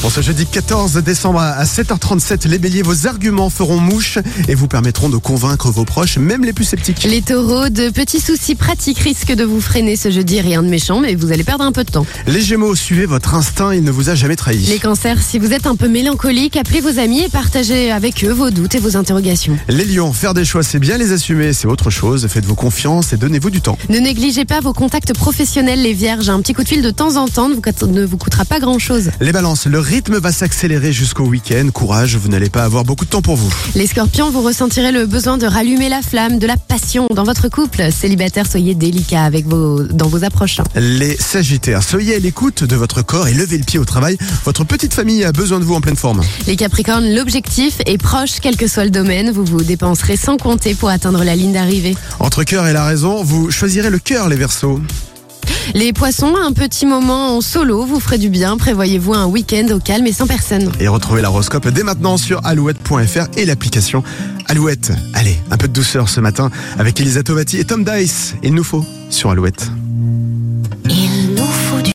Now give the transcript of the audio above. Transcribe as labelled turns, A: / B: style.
A: Pour ce jeudi 14 décembre à 7h37, les béliers, vos arguments feront mouche et vous permettront de convaincre vos proches, même les plus sceptiques.
B: Les taureaux, de petits soucis pratiques risquent de vous freiner ce jeudi, rien de méchant, mais vous allez perdre un peu de temps.
A: Les gémeaux, suivez votre instinct, il ne vous a jamais
B: Les
A: trahi.
B: cancers, si vous êtes un peu mélancolique, appelez vos amis et partagez avec eux vos doutes et vos interrogations.
A: Les lions, faire des choix, c'est bien les assumer, c'est autre chose, faites-vous confiance et donnez-vous du temps.
B: Ne négligez pas vos contacts professionnels, les vierges. Un petit coup de fil de temps en temps ne vous coûte- ne vous coûtera pas grand-chose.
A: Les balances, le rythme va s'accélérer jusqu'au week-end, courage, vous n'allez pas avoir beaucoup de temps pour vous.
B: Les scorpions, vous ressentirez le besoin de rallumer la flamme, de la passion dans votre couple. Célibataire, soyez délicat avec vos, dans vos approches. hein.
A: Les sagittaires, soyez à l'écoute de votre corps et levez le pied au travail, votre petite famille a besoin de vous en pleine forme.
B: Les Capricornes, l'objectif est proche, quel que soit le domaine. Vous vous dépenserez sans compter pour atteindre la ligne d'arrivée.
A: Entre cœur et la raison, vous choisirez le cœur les versos.
B: Les Poissons, un petit moment en solo vous ferait du bien. Prévoyez-vous un week-end au calme et sans personne.
A: Et retrouvez l'horoscope dès maintenant sur alouette.fr et l'application Alouette. Allez, un peu de douceur ce matin avec Elisa Tovati et Tom Dice. Il nous faut sur Alouette.